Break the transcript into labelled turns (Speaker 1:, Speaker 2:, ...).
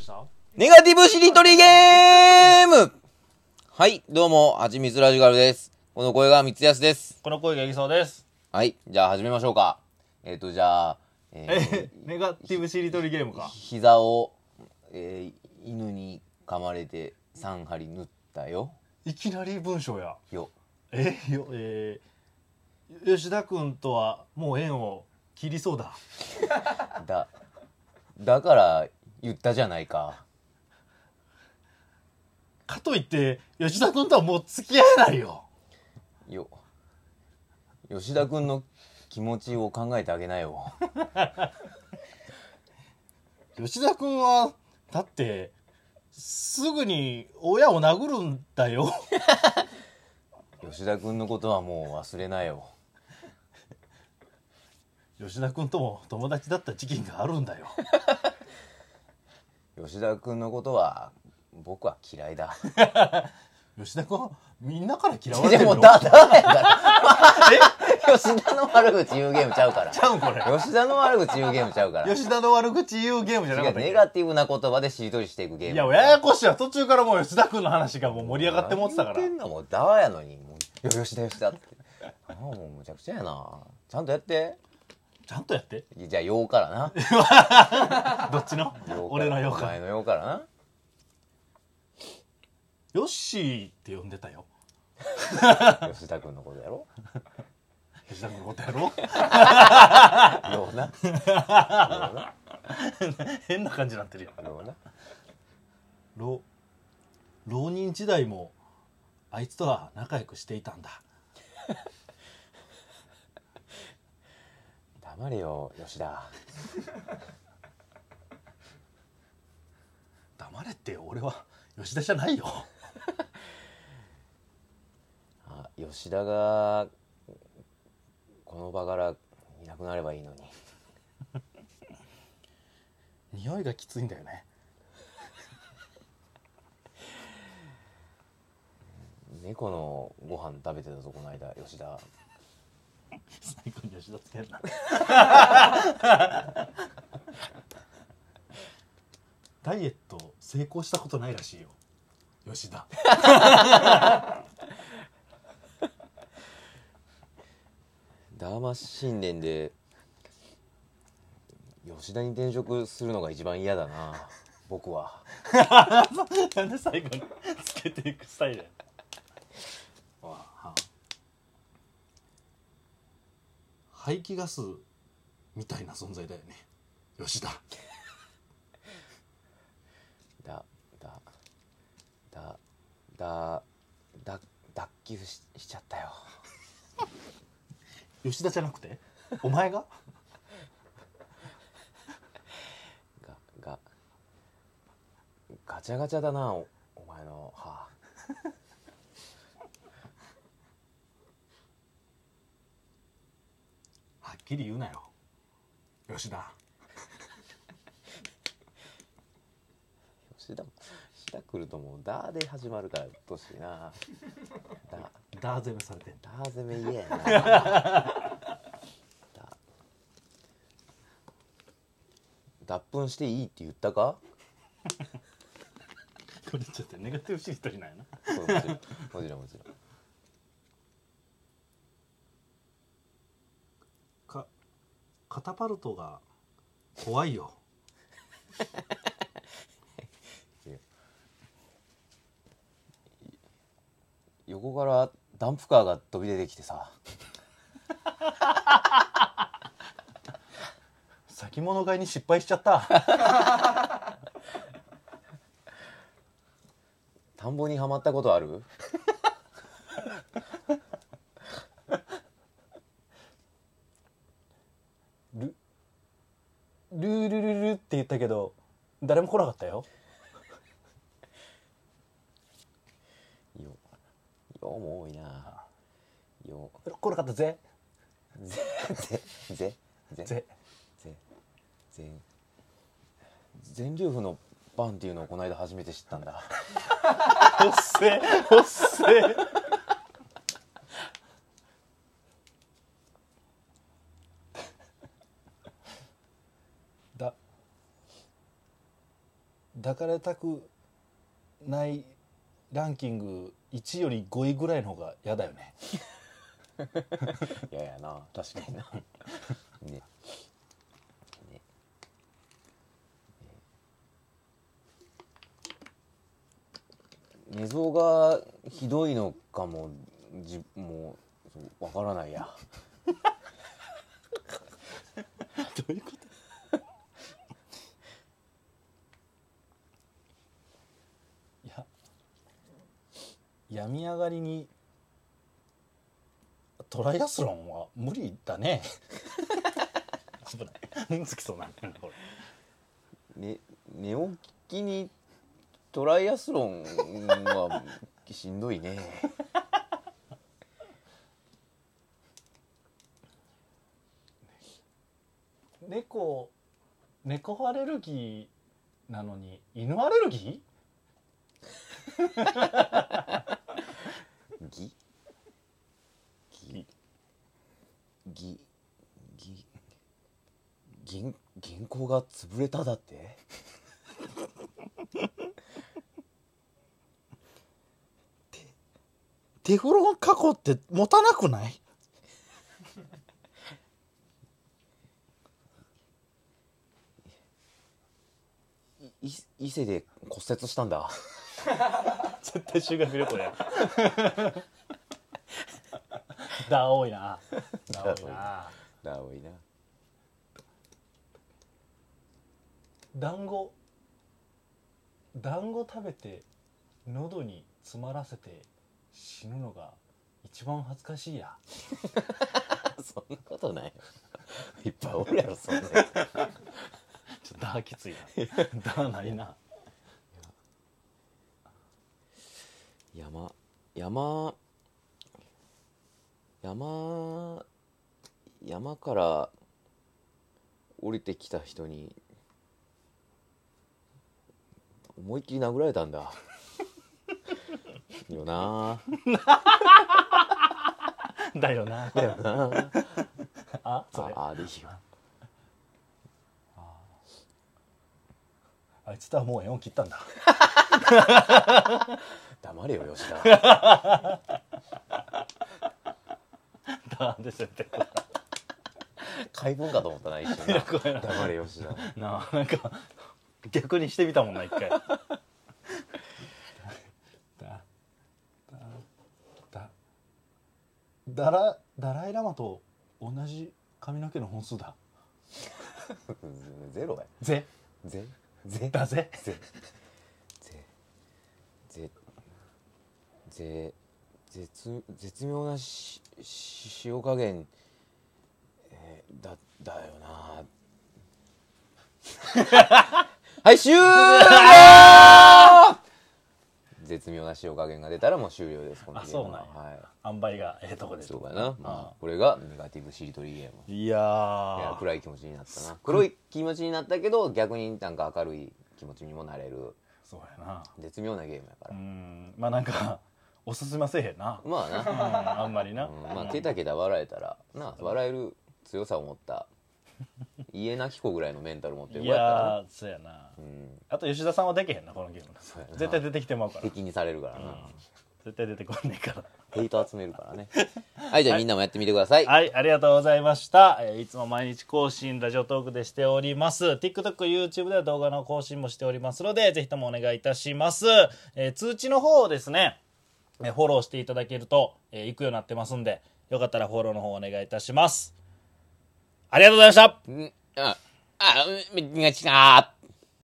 Speaker 1: した
Speaker 2: ネガティブしりとりゲームはい、どうも、はちみつラジカルです。この声が三つやすです。
Speaker 1: この声がいきそうです。
Speaker 2: はい、じゃあ始めましょうか。えっ、と、じゃあ、え
Speaker 1: え、 ネガティブしりとりゲームか
Speaker 2: ー、。膝を、えー犬に噛まれて3針縫ったよ。
Speaker 1: いきなり文章や。
Speaker 2: よ。
Speaker 1: え、よ、えー、吉田君とはもう縁を切りそうだ。
Speaker 2: だ、だから言ったじゃないか。
Speaker 1: かといって、吉田君とはもう付き合えないよ。
Speaker 2: よ。吉田くんの気持ちを考えてあげなよ。
Speaker 1: 吉田君は、だって、すぐに親を殴るんだよ。
Speaker 2: 吉田くんのことはもう忘れなよ。
Speaker 1: 吉田君とも友達だった事件があるんだよ。
Speaker 2: 吉田くんのことは僕は嫌いだ。
Speaker 1: 吉田君はみんなから嫌われて
Speaker 2: で
Speaker 1: るよ。
Speaker 2: もだだやから。吉田の悪口言うゲームちゃうから。
Speaker 1: ちゃうんこれ。
Speaker 2: 吉田の悪口言うゲームちゃうから。
Speaker 1: 吉田の悪口言うゲームじゃなか
Speaker 2: 違
Speaker 1: っ
Speaker 2: う
Speaker 1: たっ
Speaker 2: ネ
Speaker 1: け
Speaker 2: ガティブな言葉でしりとりしていくゲーム。
Speaker 1: いや、ややこしいわ。途中からもう吉田君の話がもう盛り上がって持ってたから。
Speaker 2: 何言ってんのもうだわやのに。もうよ吉田吉田って。ああもうむちゃくちゃやな。ちゃんとやって。
Speaker 1: ちゃんとやって。
Speaker 2: いやじゃあようからな。
Speaker 1: どっちの
Speaker 2: ようから
Speaker 1: 俺のよう
Speaker 2: お前
Speaker 1: か。
Speaker 2: のようからな。
Speaker 1: ヨッシーって呼んでたよ。
Speaker 2: 吉田君のことやろ
Speaker 1: 吉田君のことやろ
Speaker 2: ようなような
Speaker 1: 変な感じになってるよ。
Speaker 2: ような
Speaker 1: 浪、浪人時代も、あいつとは仲良くしていたんだ。
Speaker 2: 黙れよ吉田
Speaker 1: 黙れってよ、俺は吉田じゃないよ。
Speaker 2: あ吉田がこの場からいなくなればいいのに
Speaker 1: 匂いがきついんだよね。
Speaker 2: 猫のご飯食べてたぞこの間吉田
Speaker 1: 最後に吉田つける な。ダイエット成功したことないらしいよ。吉田。
Speaker 2: ダーマ神殿で吉田に転職するのが一番嫌だな僕は
Speaker 1: なんで最後につけていくスタイル排気ガスみたいな存在だよね吉田
Speaker 2: だだだだだ脱臼ししちゃったよ
Speaker 1: 吉田じゃなくてお前が
Speaker 2: ががガチャガチャだなおお前の歯
Speaker 1: はっきり言うなよ吉田
Speaker 2: 吉田も吉田来るともう「だ」で始まるからうっとうしいな「だ」
Speaker 1: ダーゼムされてん
Speaker 2: 「
Speaker 1: だ
Speaker 2: だ」攻め言えやなだ脱粉していいって言ったか
Speaker 1: これちょっとネガティブシリトリなんやな
Speaker 2: そうもちろんもちろんもちろん
Speaker 1: かカタパルトが怖いよ
Speaker 2: 横からダンプカーが飛び出てきてさ
Speaker 1: 先物買いに失敗しちゃった
Speaker 2: 田んぼにはまったことある
Speaker 1: ルルルルルって言ったけど誰も来なかったよ
Speaker 2: よよも多いなよ
Speaker 1: 来なかったぜ
Speaker 2: ぜ ぜぜぜ
Speaker 1: ぜ
Speaker 2: ぜ全全粒粉のパンっていうのをこの間初めて知ったん だ
Speaker 1: おっせえおっせえだ抱かれたくないランキング1より5位ぐらいの方が嫌だよね
Speaker 2: いやいやな確かになねねね寝相がひどいのかもじもうそうわからないや
Speaker 1: どういうこといや病み上がりにトライアスロンは無理だ ね危ないうんつきそうなんだよなこれ
Speaker 2: ね寝起きにトライアスロンは しんどいね
Speaker 1: 猫猫アレルギーなのに犬アレルギ
Speaker 2: ぎぎぎぎ銀銀行が潰れただって
Speaker 1: ーデフロン過去って持たなくない
Speaker 2: い伊勢で骨折したんだ
Speaker 1: 絶対修学旅行や だ多いなだ多いな
Speaker 2: だおい な
Speaker 1: 団子団子食べて喉に詰まらせて死ぬのが一番恥ずかしいや
Speaker 2: そんなことないよ いっぱいおるやろそんなや
Speaker 1: ちょっとだーきつい なだーないな
Speaker 2: つ山山山山から降りてきた人に思いっきり殴られたんだ よ な
Speaker 1: だよな
Speaker 2: だよな
Speaker 1: あそれあ
Speaker 2: ああでいいよ
Speaker 1: いつとはもう縁を切ったんだ
Speaker 2: 黙れよ吉田
Speaker 1: だーですよって
Speaker 2: 解剖かと思ったな一瞬な 黙れ吉田
Speaker 1: なあなんか逆にしてみたもんな一回だだだだらダライラマと同じ髪の毛の本数だ
Speaker 2: ゼロや
Speaker 1: ぜ
Speaker 2: ゼゼ
Speaker 1: だぜ
Speaker 2: ぜぜぜぜ絶絶妙なしし塩加減、えー、だだよなはい終了絶妙な塩加減が出たらもう終了ですこの
Speaker 1: あ
Speaker 2: ゲームは
Speaker 1: そうなんや
Speaker 2: はい
Speaker 1: 塩梅がええとこです
Speaker 2: そうかな、まあ、これがネガティブしりとりゲーム
Speaker 1: いやー
Speaker 2: いや暗い気持ちになったな黒い気持ちになったけど逆になんか明るい気持ちにもなれる
Speaker 1: そうやな
Speaker 2: 絶妙なゲームやか
Speaker 1: う
Speaker 2: ら、
Speaker 1: んまあなんか おすすめはせえへんな、
Speaker 2: まあ
Speaker 1: うん、
Speaker 2: な、
Speaker 1: あんまりな、
Speaker 2: うんまあ手だけだ笑えたらな笑える強さを持った家なき子ぐらいのメンタル持ってる
Speaker 1: い
Speaker 2: 子やったらな
Speaker 1: やーそうやな、あと吉田さんはできへんなこのゲーム
Speaker 2: そうやな
Speaker 1: 絶対出てきてまうから
Speaker 2: 敵にされるからな、
Speaker 1: 絶対出てこねえから
Speaker 2: ヘイト集めるからねはいじゃあみんなもやってみてください、
Speaker 1: はい、ありがとうございました。えーいつも毎日更新、ラジオトークでしております。TikTok、YouTube では動画の更新もしておりますので、ぜひともお願いいたします。えー通知の方をですね、えーフォローしていただけると、えー行くようになってますんで、よかったらフォローの方お願いいたします。ありがとうございました
Speaker 2: うんああうん違う